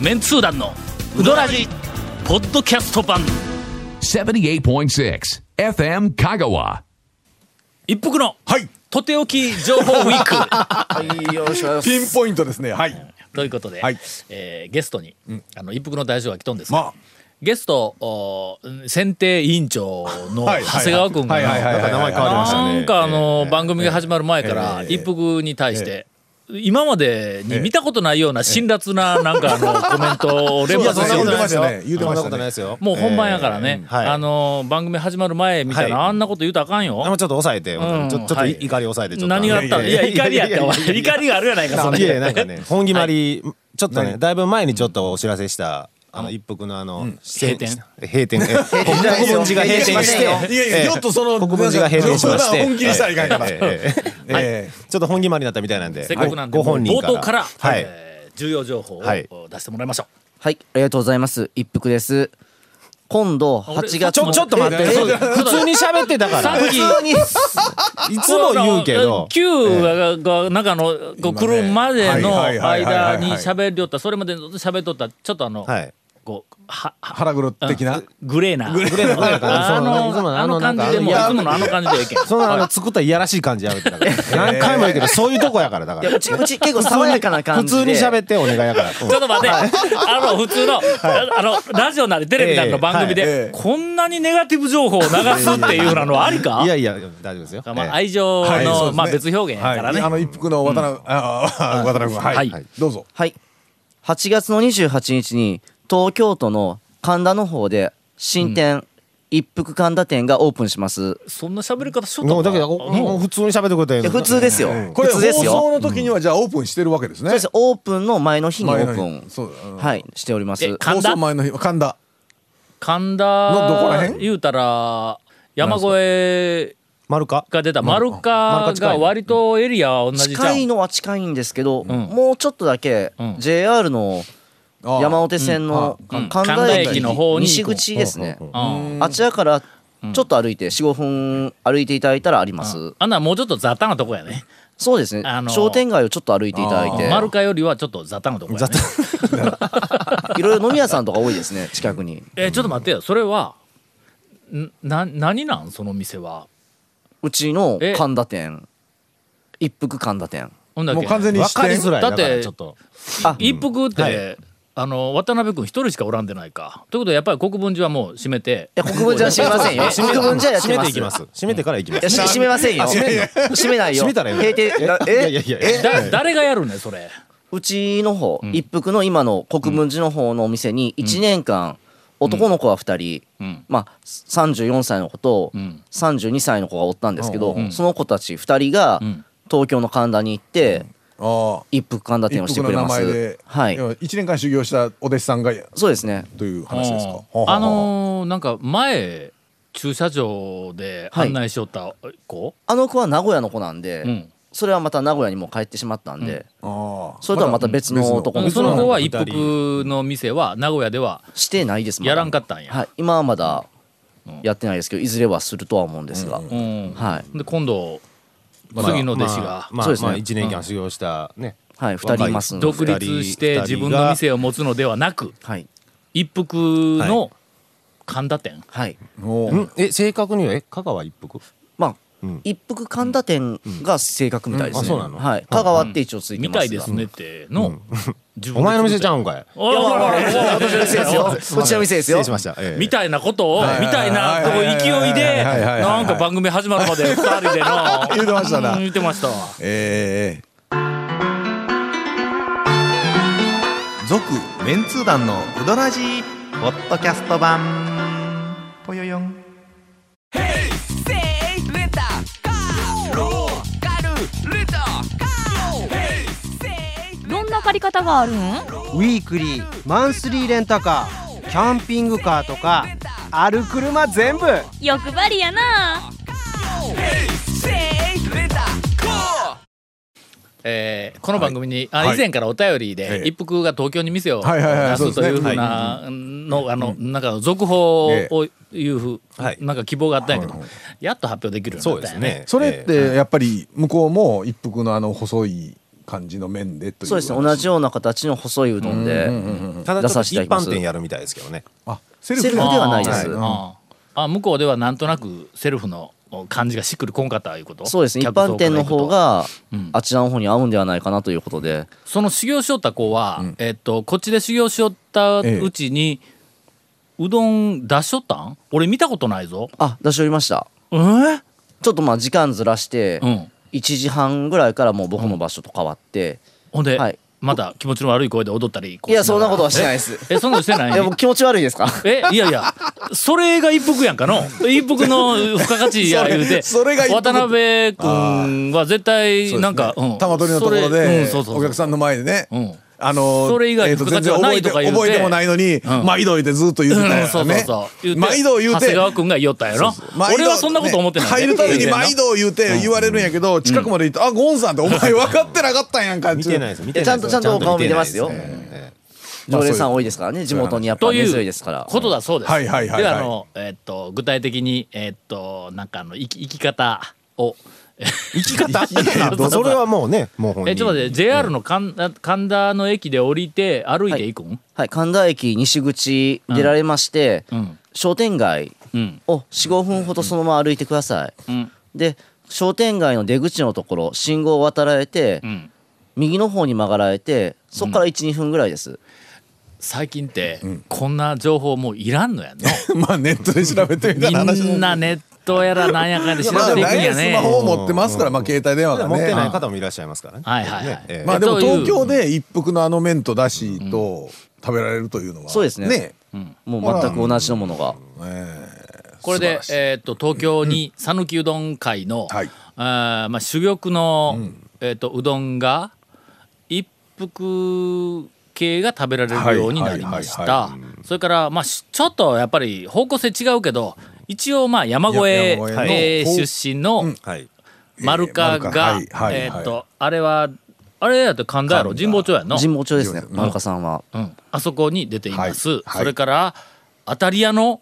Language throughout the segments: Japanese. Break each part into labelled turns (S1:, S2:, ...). S1: メンツー団のウドラジポッドキャスト版
S2: 78.6 FM Kagawa.
S1: 一服の、
S3: はい
S1: とっておき情報ウィー ク
S3: ピンポイントですね。はい。
S1: ということで、
S3: はい
S1: えーゲストに、あの一服の大将が来とんですが、
S3: ま
S1: ゲストおー選定委員長の
S3: はい
S1: 長谷川君が
S3: はいはいはいはいはいなんか名前変わりました
S1: なんかあの番組が始まる前から一服に対して今までに見たことないような辛辣 ななんかあのコメントを連
S3: いや
S1: 発
S3: そん
S1: し
S3: な
S1: てるんで
S3: こと言ってますした
S1: よ
S3: ね。言ってまし
S4: そんな
S3: た
S4: ことない
S3: ね
S4: で。すよ。
S1: もう本番やからね、
S4: えーはい
S1: あの番組始まる前みたいな、
S4: はい
S1: あんなこと言うたらあかんよ
S4: あもうちょっと抑えて、
S1: うん
S4: ちょちょっと
S1: はい
S4: 怒り抑えて、ちょっと。
S1: 何があったのい
S4: い
S1: や
S4: やい
S1: 怒りやってお
S4: いや
S1: 前
S4: いや
S1: 怒りがあるやないかそ
S4: や
S1: れ
S4: いやいやなんかね、本決まり、ちょっとね、だいぶ前にちょっとお知らせした、あの、一服のあの、閉
S1: 店。
S4: 閉店。え国国分寺が閉店して、
S3: いやいや、
S4: ええ
S3: ちょっとその、
S4: 国分寺が閉店しまして。
S3: 冗談本気にしたらいかんから。
S4: え
S3: え
S4: ええええ
S3: え
S4: えちょっと本決まりになったみたいなんで、
S1: せっかくなんで、
S4: ご本人
S1: 冒
S4: から。
S1: 頭から、
S4: はい。
S1: えー重要情報を
S4: はい
S1: 出してもらいましょう。
S5: はい、ありがとうございます。一服です。今度
S1: 俺
S5: 8月
S4: ちょ、ちょっと待って、
S1: ええ
S4: 普通に喋ってたか
S1: さ
S4: ら、
S1: っ
S4: い
S1: き
S4: つも言うけど、
S1: Q が、がなんかあの、こう来るまでの
S3: はいはいはいはいは
S1: 間
S3: い
S1: に喋りよった、それまでずっと喋っとった、ちょっとあの、
S4: はい。
S1: こう、は、は、
S3: 腹黒的な。
S1: グレーな。グレ
S4: ーなグレーな感じ
S1: あ
S4: そういつ
S1: の、
S4: もの
S1: あ
S4: あ
S1: の
S4: の
S1: 感じでもう、い
S4: いや
S1: つものあの感じでいけん。
S4: そんなあの作ったいやらしい感じやめて たから何回も言うけどそういうとこやからだか
S5: い
S4: ら
S5: やうちうち結構爽やかな感
S4: 普
S5: じで
S4: 通に喋ってお願いやから
S1: ちょっと待って、あの、普通の、あの、ラジオなりテレビなりの番組
S3: ええ
S1: で
S3: ええ、
S1: こんなにネガティブ情報を流すっていうのはありか
S4: いやいや大丈夫ですよ
S1: まあ、
S4: ええ
S1: 愛情
S3: はいそうです
S1: の、
S3: ね
S1: まあ、別表現やからね。
S3: はいあの、一服の渡辺、ああ渡辺君。は
S1: はい
S3: い。どうぞ。
S5: はい。8月の28日に東京都の神田の方で新店、一服神田店がオープンします。
S1: そんな喋り方しとった
S4: もうだけど
S1: のか
S4: もう普通に喋ってくれたらええ
S5: いや
S4: の
S5: 普通ですよ。
S3: これ、
S5: 普
S3: 放
S5: 通ですよ。
S3: 送の時には、じゃあオープンしてるわけですね
S5: そうで。す。オープンの前の日にオ
S3: 前
S5: ー
S3: の日
S5: プン。
S3: そうだうん
S5: はい、しております。
S1: え
S5: い
S1: か神
S3: 放
S1: 田
S3: 送前の日、神田。
S1: 神
S3: のどこら
S1: 田
S3: 辺
S1: 言うたら山越え
S4: 丸か
S1: が出た丸
S4: 丸
S1: 川
S4: 川近
S1: が
S4: い
S1: 割とエリアは同じじゃ
S5: 近い
S1: ん
S5: のは近いんですけど、
S1: ん
S5: もうちょっとだけ
S1: うん
S5: JR の
S3: ああ
S5: 山手線の
S1: うんうん
S5: 神
S1: 神
S5: 田
S1: 田駅
S5: 駅
S1: の方に
S5: 西
S1: 行こう
S5: 口ですね。
S1: うん
S5: あちらからちょっと歩いて45分歩いていただいたらあります、
S1: あんなもうちょっと雑多なとこやね
S5: そうですね、
S1: あのー
S5: 商店街をちょっと歩いていただいて
S1: 丸川よりはちょっと雑多なとこやね
S5: いろいろ飲み屋さんとか多いです ね近くに
S1: えちょっと待ってよそれはんな何なんその店は
S5: うちの
S1: え
S5: 神田店一服神田店
S1: ほんだっ
S3: もう
S1: け
S3: 完全に
S4: 分
S3: 支
S4: かりづ
S3: 店。
S4: らいだか
S1: だっ
S4: ら
S1: て
S4: ちょっと
S5: あ
S1: 一服って、
S4: は
S1: あの渡辺君一人しかおらんでないかということはやっぱり国分寺はもう閉めて
S5: いや国分寺は閉めませんよ
S4: 閉め
S5: 国分寺はやって
S4: 閉め
S5: ます
S4: ていきます閉めてからいきま
S5: いや
S4: す
S5: し閉めませんよ
S4: 閉めんの
S5: 閉めないよ
S4: 閉めたらええ
S5: 閉店な
S4: えいや
S5: え
S4: いやいや
S1: だ誰がやるねそれ
S5: うちの方、一服の今の国分寺の方のお店に1年間、男の子は2人、
S1: ん
S5: まあ、34歳の子と
S1: ん
S5: 32歳の子がおったんですけど、その子たち2人が
S1: ん
S5: 東京の神田に行って、
S3: ああ。
S5: 一服神田
S3: 一
S5: 店をして
S3: 服
S5: く
S3: の名
S5: れま
S3: 前
S5: す
S3: で。。
S5: はい
S3: 要。一年間修行したお弟子さんが、
S5: そうですね。
S3: という話です
S1: う
S3: か。
S1: ん
S3: ははは
S1: あのーなんか前駐車場で案内しよった子、
S5: あの子は名古屋の子なんで、
S1: うん
S5: それはまた名古屋にもう帰ってしまったんで、
S3: ああ
S5: それとはまた別の男
S1: うん
S5: の
S1: そ
S5: 子
S1: の子は一
S4: 別の
S1: 服の店は名古屋では
S5: してないですまだ
S1: やらんかったんや、
S5: はい。今はまだやってないですけど、いずれはするとは思うんですが。
S1: うん
S5: はい。
S1: で今度次の弟子が
S4: まあまあ
S5: そうですね
S4: まあ一年間修行したね
S5: はい、二人いますので。
S1: 独立して自分の店を持つのではなく
S5: はい。
S1: 一服の神田店
S5: はい。
S3: お
S4: んえ正確にはえ香川一服
S5: まあ、
S4: うん
S5: 一服神田店が正確みたいですね。
S4: うんあそうなの
S5: はい。香川って一応ついて
S1: み
S5: ますが。
S1: たいですねっての自分
S4: お前の店ちゃ
S1: ん
S4: うんかい
S1: おいおいおいおい
S5: 私の店ですよ。うちの店です
S4: 失
S5: よ。
S4: 礼しましたええ
S1: みたいなことを、
S3: はい
S1: みたいなこう
S3: はい
S1: 勢いで、
S3: はいはいはいはい。
S1: なんか番組始まるまで二人での
S3: 言うてましたな
S1: うん言ってましたわ。
S3: ええ
S6: 続メンツー団のウドラジーポッドキャスト版ぽよよん
S7: どんな借り方があるん
S8: ウィークリーマンスリーレンタカーキャンピングカーとかある車全部
S7: 欲張りやな
S1: えーこの番組に、あ以前からお便りで、
S3: ええ
S1: 一服が東京に店を出
S3: はいはいはいそう
S1: すと
S3: ですね
S1: いうふうなの、あの、なんか続報
S3: え
S1: をいうふう、
S4: はい
S1: なんか希望があったんやけど、
S3: はいは
S1: やっと発表できるよう
S4: そ
S1: に
S4: う
S1: な
S4: で
S1: った
S4: す
S1: よね。
S4: ね
S3: それってやっぱり向こうも一服のあの細い感じの麺でという
S5: そうですね同じような形の細いうどんで
S4: ただ
S5: 出
S4: ちょ
S5: さ
S4: っ
S5: せ
S4: と
S5: ていただき
S4: 一
S5: ます
S4: 般店やるみたいですけどね
S3: あセ
S5: セルフではないです
S3: は
S1: あーあ向こうではなんとなくセルフの感じがしっくりこんかったいうこと
S5: そうですね一
S1: 客層から
S5: 般店の方が
S1: 行くとうん
S5: あちらの方に合うんではないかなということで
S1: その修行しよった子は、えっとこっちで修行しよったうちに、うどん出しよったん俺見たことないぞ
S5: あ出しおりました
S1: えー、
S5: ちょっとまあ時間ずらして
S1: うん
S5: 1時半ぐらいからもう僕の場所と変わって
S1: ほんで、
S5: はい
S1: また気持ちの悪い声で踊ったりこう
S5: いやそんなことは
S1: し
S5: してないです
S1: えそんなことしてない
S5: いや僕気持ち悪いですか
S1: えいやいやそれが一服やんかの一服の付加価値や言うて
S3: それそれが一服
S1: 渡辺君は絶対なんか、うん
S3: 玉取りのとこ
S1: それう
S3: ろ
S1: ん
S3: で
S1: そうそうそう
S3: お客さんの前でね
S1: うん
S3: あの
S1: それ以外の
S3: えーと
S1: 付加
S3: 全
S1: 価値
S3: 然
S1: はな
S3: 覚
S1: い
S3: えて
S1: とか言うて
S3: 覚えてもないのに
S1: ん
S3: 毎度言ってずっと言ってた
S1: う
S3: や
S1: ん、
S3: つ
S1: そうそうそう、
S3: ね
S1: う
S3: 毎度言う
S1: 長谷
S3: て
S1: 川君が言おったんやろ
S3: 毎度
S1: 俺はそんなこと思ってない、
S3: ね入るたびに毎度言うて言われるんやけど近くまで行って「あゴンさんってお前分かってなかったんやんか」
S4: 見てないです見て
S5: ち
S4: な
S5: ゃ
S4: い
S5: んと
S4: です
S5: ちゃんとお顔見てますよ
S4: ちゃんと見てないですねええ
S5: 常連さん多いですからね地元にやっぱ
S1: とい
S5: 根
S1: う
S5: 強いですから
S1: ことだそうです。
S3: はいはいはいはい
S1: であのえっと具体的にえっとなんかあの生き生き方を生き 方
S4: あそれはもうねもう本人
S1: えちょっと待って JR の神田神田の駅で降りて歩いていくん、
S5: はい神田駅西口出られまして
S1: うん
S5: 商店街
S1: うん
S5: を45分ほどそのまま歩いてください
S1: うん
S5: で商店街の出口のところ信号を渡られて
S1: うん
S5: 右の方に曲がられてそこから12分ぐらいです
S1: 最近ってこんな情報もういらんのや んの。
S3: まあネットで調べてみたいな話
S1: みんなネットやらなんやかんで調
S3: まあ
S1: べていくん
S3: 大
S1: や
S3: 体ス
S1: ね
S3: マ。ホを持ってますからまあ携帯電話が
S4: 持って
S3: ね
S4: ない方もいらっしゃいますからね
S1: はいはいはい
S4: ねええ
S3: まあで
S1: と
S3: も
S1: いう
S3: 東京で一服のあの麺とだしと食べられるというのは
S5: そうですね
S3: ね
S5: もう全く同じのものが
S1: これで、えー、と東京に讃岐うどん会の、
S3: はい
S1: あーまあ、珠玉の、うえー、とうどんが一服系が食べられるようになりまし
S3: はいはい
S1: たそれから、まあ、しちょっとやっぱり方向性違うけど一応まあ山越え
S3: や山越えの
S1: えー
S3: ほう
S1: 出身の
S4: はい
S1: 丸川が
S3: 丸川はいはい
S1: えーとあれはあれやと神田やろ神保町やの、
S5: 神保町ですね丸岡さんは
S1: うん、あそこに出ています、
S3: はいはい
S1: それから当たり屋の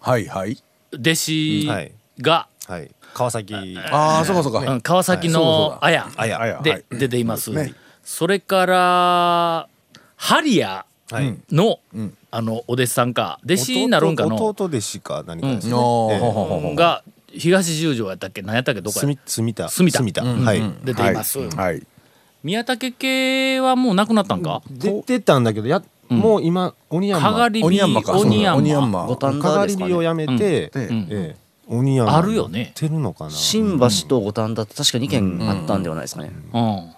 S3: はいはい
S1: 弟子
S4: うんはい
S1: が、
S4: はい川崎
S3: ああそうかそう
S1: う
S3: か
S1: ん、川崎のあや
S4: あや
S3: あやは
S1: で
S3: い
S1: 出ています、
S3: ね
S1: それからハリア
S4: はい
S1: の,、あのお弟子さんか弟子になるんか
S4: 弟
S1: の
S4: 弟弟子か何かですね
S3: おー
S4: ええ
S3: ほうほうほうほう
S1: が東十条やったっけ何やったっけどこや
S4: 住住田
S1: 住田
S3: うん
S4: はい
S3: うん
S1: 出ています
S3: はいはい
S1: 宮武系はもうなくなったんか
S4: 出てたんだけどやもう今鬼
S1: かが
S4: 山
S1: り火
S3: 鬼ヤンマかそうだ
S1: 鬼山
S3: 鬼ヤンマ
S5: 五反
S4: か
S5: 田
S4: が
S5: で
S4: り
S5: すか
S4: 火を
S5: ね
S4: やめて
S3: で
S1: うん
S4: ええ鬼山
S1: あるよね
S4: 売ってるのかな
S5: 新橋と五反田って確か2軒あったんではないですかね
S1: うん、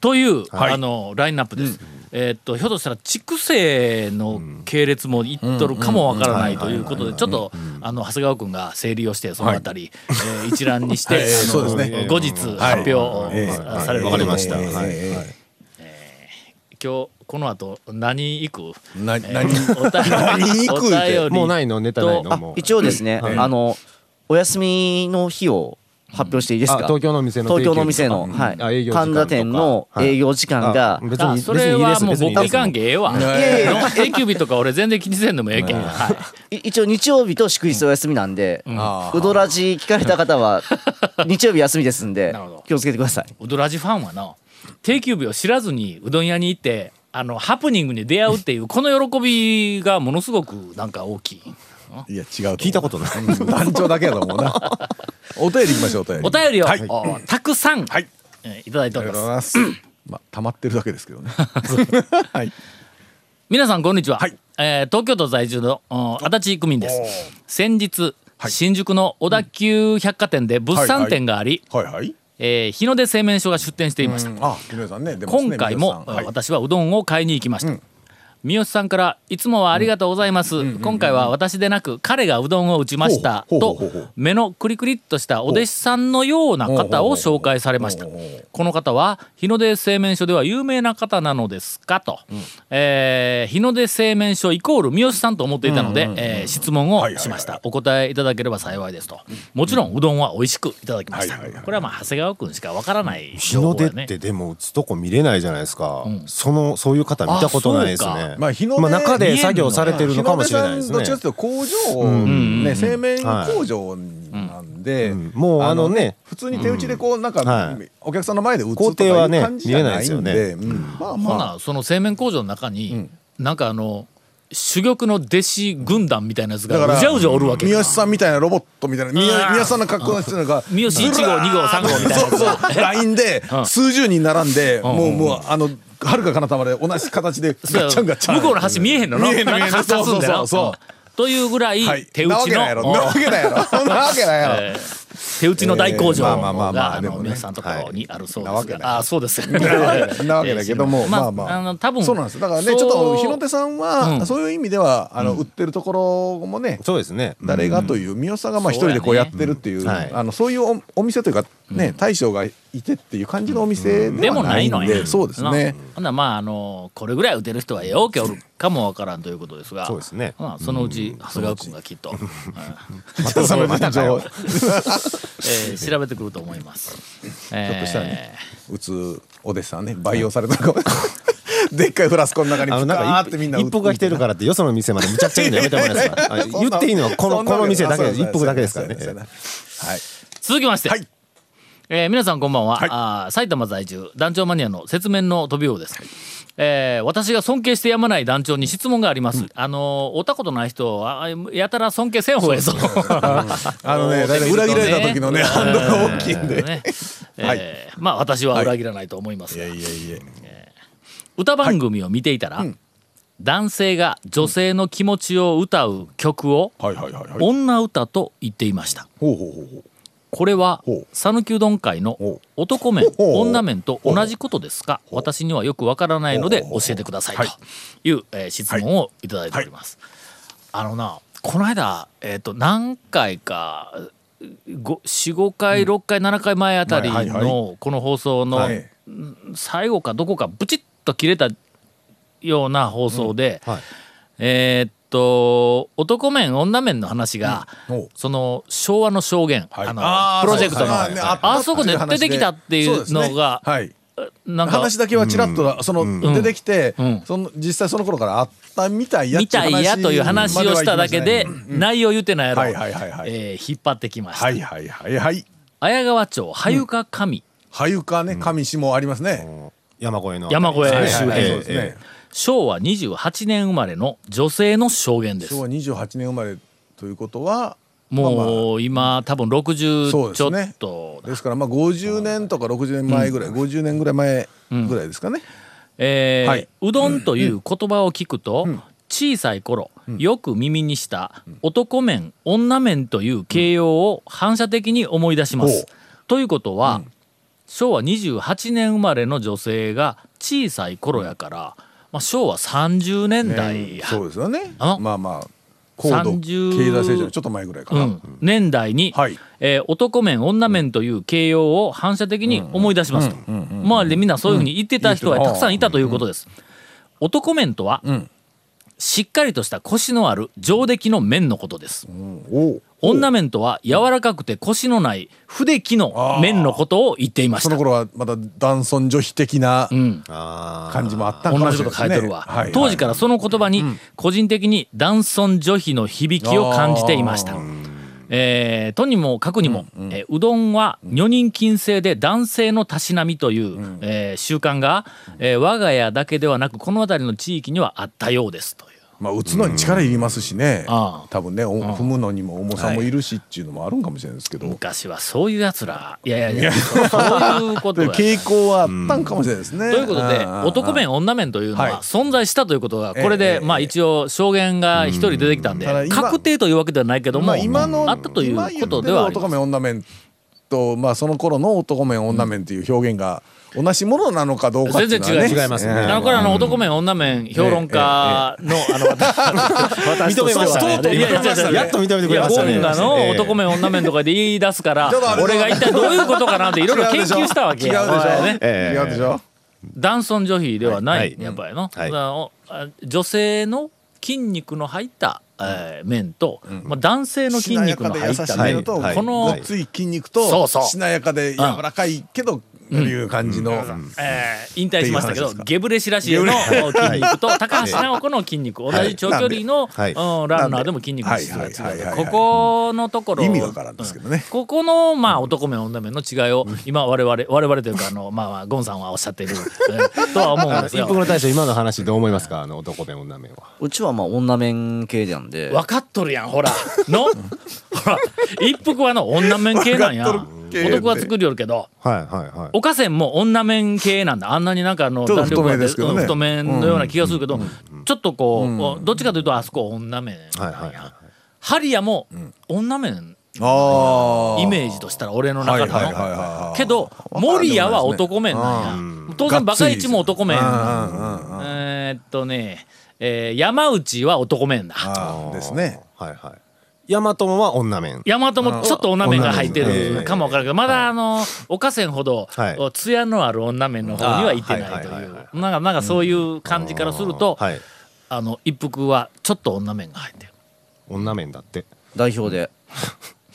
S1: という、
S4: はい
S1: あのラインナップです。えーっとひょっとしたら畜生の系列もいっとるかもわからないということでちょっとあの長谷川君が整理をしてそのあたり、えー一覧にして
S3: えー
S1: あの
S3: そうですね
S1: 後日発表を
S3: ええ
S1: さされる
S4: わ
S1: ことに
S4: かり
S1: 今
S4: ました
S3: ええ
S4: はい
S3: ええ
S1: 日この後何行く、
S3: な
S1: えー
S3: 何
S1: お便り
S3: 何行くって
S1: お便り
S4: もうないのネタないの
S5: あ
S4: もう
S5: 一応ですねあのお休みの日を発表していいです
S4: あ
S5: か
S4: 東京の店の
S5: 東京の店の、は
S4: あ営
S5: い、
S4: 業時間
S5: 神
S4: とか
S5: 田店の営業時間が、
S4: 別
S1: あ
S4: に
S1: それはもう僕に関
S4: 係
S1: 係ええわ。
S3: ね
S1: の定休日とか俺全然気にせんでもええけん。はい
S5: い一応日曜日と祝日お休みなんで、う
S3: あー
S5: どらじ聞かれた方 は日曜日休みですんで
S1: なるほど
S5: 気をつけてください。
S1: うどらじファンはな定休日を知らずにうどん屋に行ってあのハプニングに出会うっていうこの喜びがものすごくなんか大きい
S3: いや違う
S4: 聞
S3: 聞
S4: いたことない
S3: 団長だけやと思 うなお便りいきましょうお便り
S1: お便りを、
S3: はい
S1: おたくさん、
S3: はい
S1: えーいただいて
S3: あ
S1: お
S3: り
S1: り
S3: が
S1: ま
S3: とうご
S1: す
S3: ざいます。まあ、溜まってるだけですけどね。 はい。
S1: 皆さんこんにちは、
S3: はい
S1: えー東京都在住のお足立区民です先日、新宿の小田急百貨店で物産展があり、
S3: はいはい。
S1: えー日の出製麺所が出店していました
S3: あ、木村さんね。出ますね
S1: 今回も、
S3: 木村さんはい
S1: 私はうどんを買いに行きました、三好さんから「いつもはありがとうございます、今回は私でなく彼がうどんを打ちました」
S3: ほうほう
S1: と
S3: ほうほうほう
S1: 目のクリクリっとしたお弟子さんのような方を紹介されました
S3: ほうほうほうほう
S1: この方は日の出製麺所では有名な方なのですかと、えー日の出製麺所イコール三好さんと思っていたので、えー質問をしました、お答えいただければ幸いですともちろんうどんは美味しくいただきました、
S3: はいはいはい
S1: これはまあ長谷川君しかわからない
S4: 日
S1: 情
S4: の
S1: 報
S4: 出
S1: や
S4: っ
S1: ね
S4: てでも打つとこ見れないじゃないですか、そのそういう方見たことないです
S1: あそう
S4: ね
S1: か
S3: まあ日の出
S4: 中で作業されてるのかもしれないです
S3: 日の
S4: ね
S3: 出さんどっちかというと工場ね、製麺
S4: はい
S3: 工場なんで、
S4: うんもうあのね
S3: 普通に手打ちでこうなんか、
S4: はい
S3: お客さんの前で打つとか
S4: 工程はね
S3: いう感じじゃないん
S4: 見えない
S3: で、うんまあ
S1: ほ
S3: まあ
S1: なその製麺工場の中に、なんかあの珠玉の弟子軍団みたいなやつ
S3: だ
S1: が
S3: から
S1: うじゃうじゃおるわけ
S3: 三
S1: か
S3: 好さんみたいなロボットみたいな三
S1: うわ
S3: 好
S1: ー
S3: 三好さんの格好の人が
S1: 三好1号2号3号みたいなや
S3: そう
S1: つ
S3: そうラインで
S1: うん
S3: 数十人並んで、
S1: ん
S3: もうもうあのはるか彼方まで同じ形で
S1: そう
S3: ガッチャンガッチャン
S1: 向こうの橋見えへんのな
S3: 見えへんの見えへんの
S1: なんか
S3: そうそう
S1: 立つんだよ
S3: そ
S1: な
S3: うそう
S1: というぐら
S3: はいい
S1: 手打
S3: なわ
S1: ち
S3: けないや
S1: の、
S3: ろなわけないやろ そんなわけないやろ、
S1: えー手打ちの大工場
S4: えーまあまあまあま
S1: が
S4: あ
S1: あ
S4: で
S1: の
S4: もね
S1: 皆さんのところにあるそうで
S3: なわ
S1: す
S3: けない
S1: があーそうですよ
S3: なわけだけ ども、
S1: えー
S3: まあまあ、
S1: の多分
S3: そうなんですだからね
S1: そう
S3: ちょっと日の手さんは、
S1: うん
S3: そういう意味ではあの、売ってるところもね
S4: そうですね
S3: 誰がという三好さんがまあ一人でこ
S1: そううや
S3: や
S1: ね
S3: ってるっていう、
S4: うんはい
S3: あのそういうおお店というかね、大将がいてっていう感じのお店で
S1: で
S3: は
S1: も
S3: な
S1: ないい
S3: んで
S1: のや
S3: そうですね
S1: なほんならまああのこれぐらい打てる人はええよけおるかもわからんということですが
S4: そうですね
S1: まあそのうち長谷川君がきっ と、うん
S3: またその人情
S1: えー調べてくると思い ます。えー
S3: としたらね打つお弟子 さんね培養されたかもでっかいフラスコの中に
S4: あの
S3: プカ
S4: な
S3: ー
S4: ん
S3: っ
S4: か
S3: て
S4: 一
S3: みんな
S4: 一服が来てるからってよその店までむちゃくちゃ言うのやめてもらえ ますかあ言っていいのはこのこの店だけです一服だけですからね
S3: はい
S1: 続きまして、
S3: はい
S1: えー皆さんこんばんは、
S3: はい
S1: あー埼玉在住団長マニアの説明の飛びようです、えー私が尊敬してやまない団長に質問があります、あのおったことない人はあやたら尊敬せん方がええぞ
S3: あの
S1: そ
S3: ね、
S1: う
S3: だいたい裏切られた時のね、
S1: そう
S3: 反
S1: ね
S3: 動が大きいんで。
S1: ね
S3: は
S1: えーまあ私は裏切らないと思いますが、
S3: いやいや。
S1: 歌番組を見ていたら、男性が女性の気持ちを歌う曲を
S3: はいはいはいはい。
S1: 女歌と言っていました
S3: ほうほうほうほう。
S1: これは
S3: ほう
S1: 讃岐うどん会の
S3: ほ
S1: 男麺
S3: ほう
S1: 女麺と同じことですか
S3: う
S1: 私にはよくわからないので
S3: ほ
S1: 教
S3: う
S1: えてくださいと
S3: はい
S1: いう、えー質問をいただいております、あのなこの間、えー、と何回か45回6回7回前あたり
S3: はいはいは
S1: のこの放送の
S3: はい
S1: 最後かどこかブチッと切れたような放送で、
S4: はい
S1: えーっと男面女面の話が、
S3: うんお
S1: その昭和の証言、
S3: はい
S1: あの
S3: あー
S1: プロジェクトの
S3: そう
S1: あ,、
S3: ですねあった
S1: そこで出てきたっていうのが
S3: そうですね
S1: なん
S3: はい。
S1: か
S3: 話だけはちらっと、その、出てきて
S1: うん、
S3: その、実際その頃からあったみたいやっ
S1: み
S3: てう
S1: た
S3: 話
S1: いやという話をしただけで、
S3: まは
S1: 内容言ってないやろ、
S3: はいはいはいはい
S1: えー引っ張ってきました、
S3: いはいはいはい。
S1: 綾川町羽床神、
S3: はゆかね、上下ありますね。
S4: 山越えの
S1: 山越え
S4: はいはい
S1: 周辺
S4: ええ
S3: そうですね。
S1: 昭和28年生まれの女性の証言です
S3: 昭和28年生まれということは、
S1: もう今多分
S3: そう
S1: 60
S3: で
S1: ちょ
S3: す
S1: っ
S3: ね
S1: と、
S3: ですからまあ50年とか60年前ぐらい、50年ぐらい前ぐらいですかね。
S1: えー
S3: はいう
S1: どんという言葉を聞くと、小さい頃、よく耳にした男麺女麺という形容を反射的に思い出しま
S3: ほ
S1: す
S3: う。
S1: ということは、昭和28年生まれの女性が小さい頃やから、まあ、昭和30年代
S3: えー
S1: や、
S3: そうですよね。
S1: あの
S3: まあまあ高度
S1: 30
S3: 経済成長のちょっと前ぐらいか
S1: う
S3: な。
S1: ん、年代に、
S3: はい
S1: えー男麺女麺という形容を反射的に思い出しますと周りでみんなそういうふうに言ってた人がたくさんいたということです。男麺とは、
S3: ん
S1: しっかりとしたコシのある上出来の麺のことです。
S3: おう
S1: 女麺とは柔らかくてコシのない不出来の麺のことを言っていまし
S3: そ
S1: た。
S3: の頃はまだ男尊女卑的な
S1: うん
S4: あー
S3: 感じもあったかも
S1: 同
S3: し
S1: じ
S3: れ
S1: こ
S3: な
S1: と書い
S3: いですね
S1: てるわ、
S3: はいはい
S1: 当時からその言葉に個人的に男尊女卑の響きを感じていましたえーとにもかくにも、うえーうどんは女人禁制で男性のたしなみという、えー習慣が、えー我が家だけではなくこの辺りの地域にはあったようですという
S3: まあ打つのに力いりますしね
S1: ああ。
S3: 多分ね、お踏むのにも重さもいるしっていうのもあるんかもしれないですけど。
S1: 昔はそういうやつらいやいやいやそういうこと
S3: という
S1: や
S3: 傾向はあったんかもしれないですね。
S1: ということで
S3: ああ
S1: 男面女面というの
S3: はい
S1: は存在したということが
S3: ええ
S1: これで
S3: ええ
S1: まあ一応証言が一人出てきたんで
S3: ただ今
S1: 確定というわけではないけども
S3: まあ今の
S1: あったということではあ
S3: 今
S1: りま
S3: 言ってる男
S1: す
S3: 面女面とまあその頃の男面女面っていう表現が同じものなのかどうかって
S1: 全
S3: いう
S1: 然
S3: のはね
S1: 違い
S4: 違いますね
S1: あのこれあの男面女面評論家のあの私
S4: 認めましたね
S1: とうとういやいやいやいや
S4: やっと認めて
S1: い
S4: くれ
S1: や
S4: ましたね
S1: ボンガの男
S4: 目
S1: 面女面とかで言い出すから
S3: ちょっとあれ
S1: 俺が一体どういうことかなっていろいろ研究したわけ
S3: 違う
S1: やお前ね
S3: で
S4: え
S3: し
S4: え
S3: ょ違うでしょ
S1: 男尊女卑ではない、
S4: はいはい
S1: やっぱりの、
S4: はい
S1: だからおあ女性の筋肉の入った、えー面と、まあ、男性の筋肉の入った
S3: しなやか
S1: 面、
S3: で優しいのと
S4: はい
S1: この
S3: ごっつい筋肉
S1: そ
S3: と
S1: うそう
S3: しなやかで柔らかいけどいう感じの、
S1: えー引退しましたけ
S3: っ
S1: ど
S3: ていう話ですか
S1: ゲブレシラシエの筋肉と高橋尚子の筋肉同じ長距離の、
S4: はい
S1: うんランナーでも筋肉の質が違
S3: はいうはいはいはい
S1: ここのところ
S3: 意味わからんですけどね
S1: ここのまあ男面女面の違いを今我々我々というかあのまあまあゴンさんはおっしゃっているえーとは思うんです
S4: 一
S1: よ
S4: 服。の大将今の話どう思いますかあの男面女面は
S5: うちはまあ女面系なんで
S1: 分かっとるやんほら のほら一服はの女面系なんや
S3: わかっとる系って
S1: 男は作りよるけど
S4: はいはいはい
S1: おかせんも女面系なんだあんなになんかあの
S3: ちょっと
S1: 弾力があって
S3: 太めですけどね
S1: うん太麺のような気がするけどちょっとこうおどっちかというとあそこ女面
S4: はいはいはい
S1: ハリアも女面
S3: あ
S1: イメージとしたら俺の中で
S3: はいはいはいはいは
S1: の
S3: い
S1: けど守谷は男面なんや当然バカイチも男面えーっとねえー山内は男面だ
S3: あーですね
S4: はいはい大和もは女面
S1: 大和もちょっと女面が入って
S4: うん
S1: るかもわからんけどまだあのおかせんほど
S4: はい
S1: 艶のある女面の方にはいてないと
S4: あーはいはいいは
S1: うなんかなんかそういう感じからすると
S4: はい
S1: あの一服はちょっと女面が入ってる。
S4: 女面だって
S5: 代表で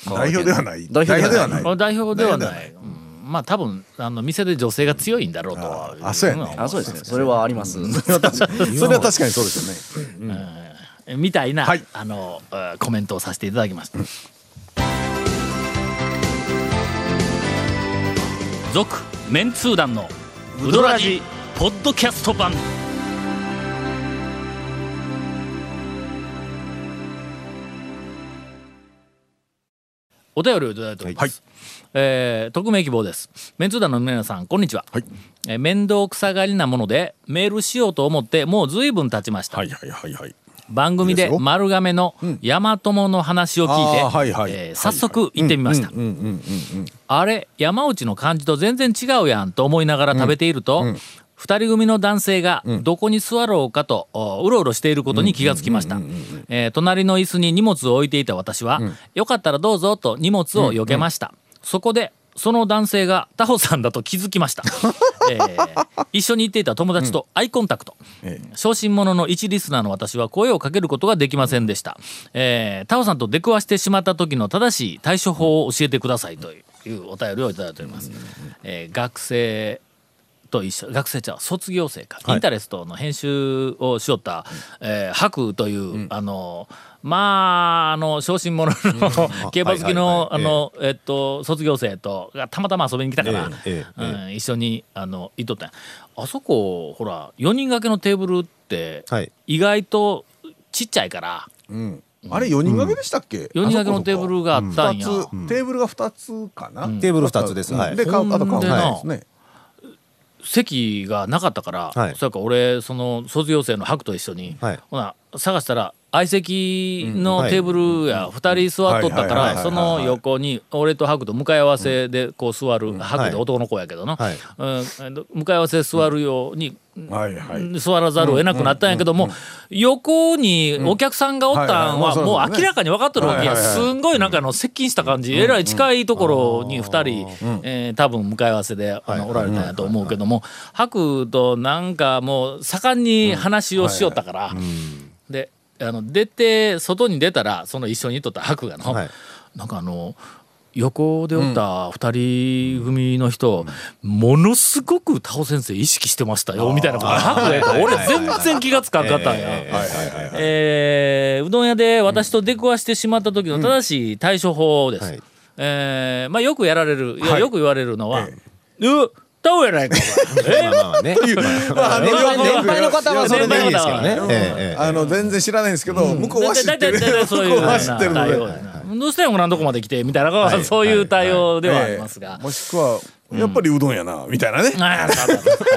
S3: 代表ではない
S5: 代表ではない
S3: 代
S1: あ代表ではない。うんまあ多分あの店で女性が強いんだろうとは。
S3: あそうやね
S5: あそうですねそれはあります
S3: それは確かにそうですよね
S1: えみたいな、
S3: はい
S1: あのえーコメントをさせていただきました。続メンツー団のウドラジポッドキャスト版。お便りをいただいております。えー匿名希望です。メンツー団の皆さん、こんにちは。えー面倒くさがりなもので、メールしようと思って、もうずいぶん経ちました。
S3: はいはいはいはい
S1: 番組
S3: いい
S1: で
S3: ですよ
S1: 丸亀の山友の話を聞いて、
S3: あーはいはい
S1: えー早速行ってみましたあれ山内の感じと全然違うやんと思いながら食べていると、2人組の男性がどこに座ろうかとおうろうろしていることに気がつきましたえー隣の椅子に荷物を置いていた私は、よかったらどうぞと荷物を避けました、そこでその男性がタホさんだと気づきま した、えー一緒に行っていた友達とアイコンタクト、小心者の一リスナーの私は声をかけることができませんでした、えータホさんと出くわしてしまった時の正しい対処法を教えてくださいといういうお便りをいただいております、えー学生と一緒学生ちゃう卒業生か、インタレストの編集をしよった、えー、白という、あのまああの小心 者の競馬好きの
S4: は
S1: あ
S4: いはいはい
S1: のえっと卒業生とがたまたま遊びに来たから、
S4: ええええ
S1: うん、一緒にあのいとったんやあそこほら4人掛けのテーブルって
S4: はい
S1: 意外とちっちゃいから
S3: あれ四人掛けでしたっけ
S1: 4人掛けのテーブルがあったんや、
S3: 二つテーブルが二つかな
S4: テーブル二つですはい
S3: でかあ
S1: ほんで
S3: とカウンターです
S1: な
S3: ね
S1: 席がなかったから、
S4: はい
S1: それから俺その卒業生の白と一緒に、
S4: はい
S1: ほな探したら相席
S4: うん
S1: の
S4: はい
S1: テーブルや2人座っとったか
S3: はいはいは
S1: ら
S3: いはい
S1: その横に俺と白と向かい合わせでこう座る白
S4: はい
S1: で男の子やけどな、
S4: はい
S1: うん、向かい合わせで座るように、
S3: はいはい
S1: 座らざるを得なくなったんやけども、横にお客さんがおったんは
S3: うんはいはいまあそうですよ
S1: も
S3: ね
S1: う明らかに分かってるわけや、
S3: はいはいはい
S1: すんごいなんかあの接近した感じ、えらい近いところに2人、えー多分向かい合わせであのおられたんやと思うけども白となんかもう盛んに話をしよったから、であの出て外に出たらその一緒にいとった白がの、
S4: はい
S1: なんかあの横でおった2人組の人、ものすごくタオ先生意識してましたよみたいなこと白が言うから俺全然気がつかんかったんや。
S4: ええ
S3: はいはいはい
S1: えーうどん屋で私と出くわしてしまった時の正しい対処法です。
S4: はい
S1: えーまあ、よくやられる、いやよく言われるのは「
S3: え
S1: うタオやないかお前え
S4: まあまあね
S3: まあ
S1: 年配の年配の
S4: 方はそれでいいですけど
S1: 年
S4: ね
S1: 配の方は
S4: ええええ
S3: あの全然知らないんですけど向こうは知っ
S1: 大体
S3: てる
S1: 大体そう
S3: 向
S1: いうよ
S3: こう
S1: うな
S3: は知ってるの
S1: 対応
S3: で
S1: でなどうしてんこんなとこまで来てみたいな、そういう対応ではありますが、
S3: もしくはやっぱりうどんやなみたいなね
S1: あーそうそうそう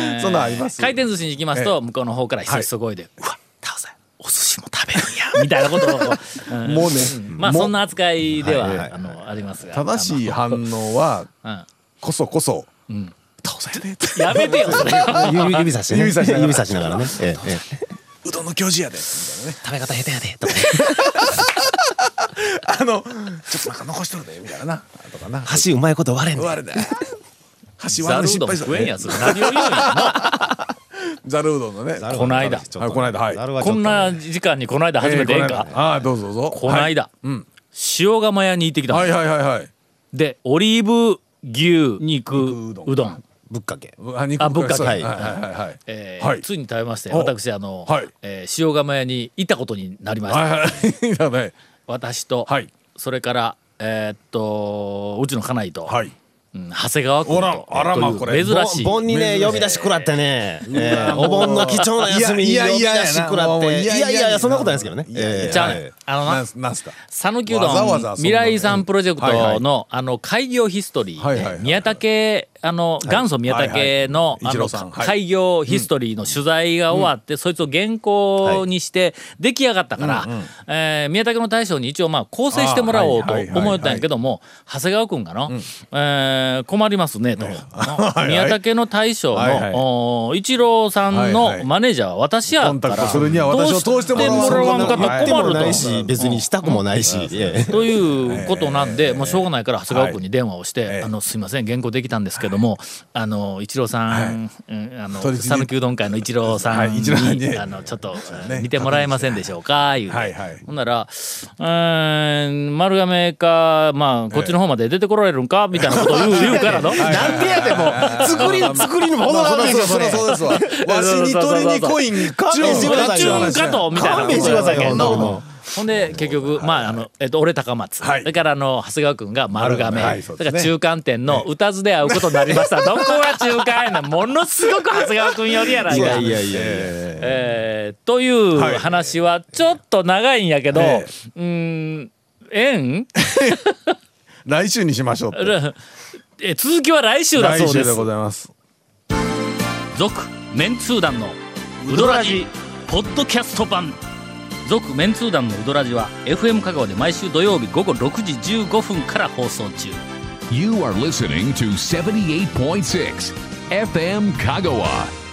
S1: はい
S3: そんなんあります
S1: 回転寿司に行きますと向こうの方からひそひそ声で「うわタオさんお寿司も食べるんや」みたいなことをこう、うん
S3: もうね
S1: まあ
S3: もう
S1: そんな扱いでは、
S4: はいはい
S1: あのありますが
S3: 正しい反応は
S1: あの
S3: こそこそ倒されね
S1: うん、やめてよ それ
S4: 指指さしてね
S3: 指さしながら
S4: 指さしながらねええええ
S3: うどんの教授やで
S1: 食べ方下手やでとか
S3: あのちょっとなんか残しとるでみたいななとかな
S4: 箸うまいこと割れん
S3: う
S4: ね
S3: わあれだ箸
S1: ざ
S3: 割
S1: る
S3: る
S1: う
S3: 失
S1: どん
S3: 敗した
S1: 食えんやつ何を言うんや
S3: ざるうどんのね
S1: この間
S3: はいこの間はい
S1: こんな時間にこの間初めてええんか、
S3: ああどうぞどうぞ
S1: この間、塩釜屋に行ってきた、
S3: はいはいはいはいはい
S1: でオリーブ牛肉
S3: 肉
S1: うどん
S4: ぶっかけ
S3: あ肉
S1: ぶっかけ
S3: そう
S1: は
S3: はいいはいはい
S1: えー
S3: はい
S1: ついに食べまして
S3: お
S1: 私あの、
S3: はい
S1: えー塩釜屋に行ったことになりました、
S3: はい はいはい
S1: 私と、
S3: はい
S1: それからえーっとうちの家内と、
S3: はい
S1: うん長谷川君と
S3: おらあら
S1: という
S3: まあこれ
S1: 珍しい
S4: 盆にね
S3: 珍しい
S4: 呼び出し食らってね、えーお盆の貴重な休み
S3: い
S4: に呼
S3: や
S4: び
S3: い
S4: 出
S3: や
S4: し食らっ
S3: いや
S4: て
S3: い
S4: い
S3: やい
S4: や
S3: や
S4: いや
S3: いや
S4: いやそんなことないですけどね
S3: いやいや
S4: えー
S1: じゃあ、
S3: はい
S1: ねあの
S3: な
S1: なん
S3: すなんすか
S1: 讃岐うど
S3: わざわ
S1: ん
S3: ざそんな
S1: 未来遺産プロジェク
S3: はいは
S1: ト
S3: い
S1: のあの開業ヒストリー、
S3: はいはいはい
S1: 宮武あの元祖宮武の,、
S3: はいはい
S1: あ
S3: 一
S1: の
S3: 郎さんはい
S1: 開業ヒストリーの取材が終わって、そいつを原稿にして出来上がったから、えー宮武の大将に一応まあ構成してもらおう
S3: あー
S1: と
S3: はいはいはいはい
S1: 思ったんやけども長谷川君がの、えー困りますね」と、 宮武の大将の、
S3: はいはい
S1: お一郎さん
S3: はいは
S1: の
S3: い
S1: マネージャーは私やから
S3: コンタクトするには私を
S1: どうし
S3: 通してて
S1: も
S3: も
S1: ら
S3: らわ
S1: わ
S3: な
S1: んかった
S4: 言
S1: ら
S4: って
S1: 困る
S4: もな
S1: と
S4: い。し別にしたくもないし、ええ
S1: ということなんで、まあ、しょうがないから長谷川君に電話をして「
S3: ええ
S1: あのすいません原稿できたんですけども、あの一郎さん、うんあの
S3: 取り次ぎ
S1: 讃岐うどん会の一郎さん
S3: はい
S1: に,、
S3: 一郎さんに
S1: あのちょっと、
S3: ね
S1: 見てもらえませんでしょうか」言うて、
S3: はいはい
S1: ほんなら「うーん丸亀か、まあ、こっちの方まで出てこられるんか」みたいなことを言う言うからの。
S4: なんでやでも作りの作りにも程
S3: まあ
S4: が
S3: そ
S4: ある
S3: り
S4: で
S3: ゃ
S4: しょ
S3: そ
S4: そ
S3: り
S4: れ
S3: ゃそうですわわしに鳥に恋に
S4: 勘弁してくださいよ
S1: 中華とみたいな
S4: 勘弁してくださいよ
S1: けど
S4: そんなもの
S1: ほんで結局まああのえっと俺高松
S3: はい
S1: だからあの長谷川君が丸亀
S3: はい
S1: だ
S3: そう
S1: か
S3: ですね
S1: ら中間店の歌津で会うことになりましたどこが中間やなものすごく長谷川君よりやない
S4: いや
S1: か
S4: いやいやいや
S1: えーという
S3: はい
S1: 話はちょっと長いんやけどう
S3: え
S1: ーん縁
S3: 来週にしましょうって
S1: え続きは来週だ
S3: 来
S1: そうで
S3: 週ですございます
S1: 続メンツー団のウドラジポッドキャスト版続メンツー団のウドラジは FM 香川で毎週土曜日午後6時15分から放送中
S2: You are listening to 78.6 FM Kagawa.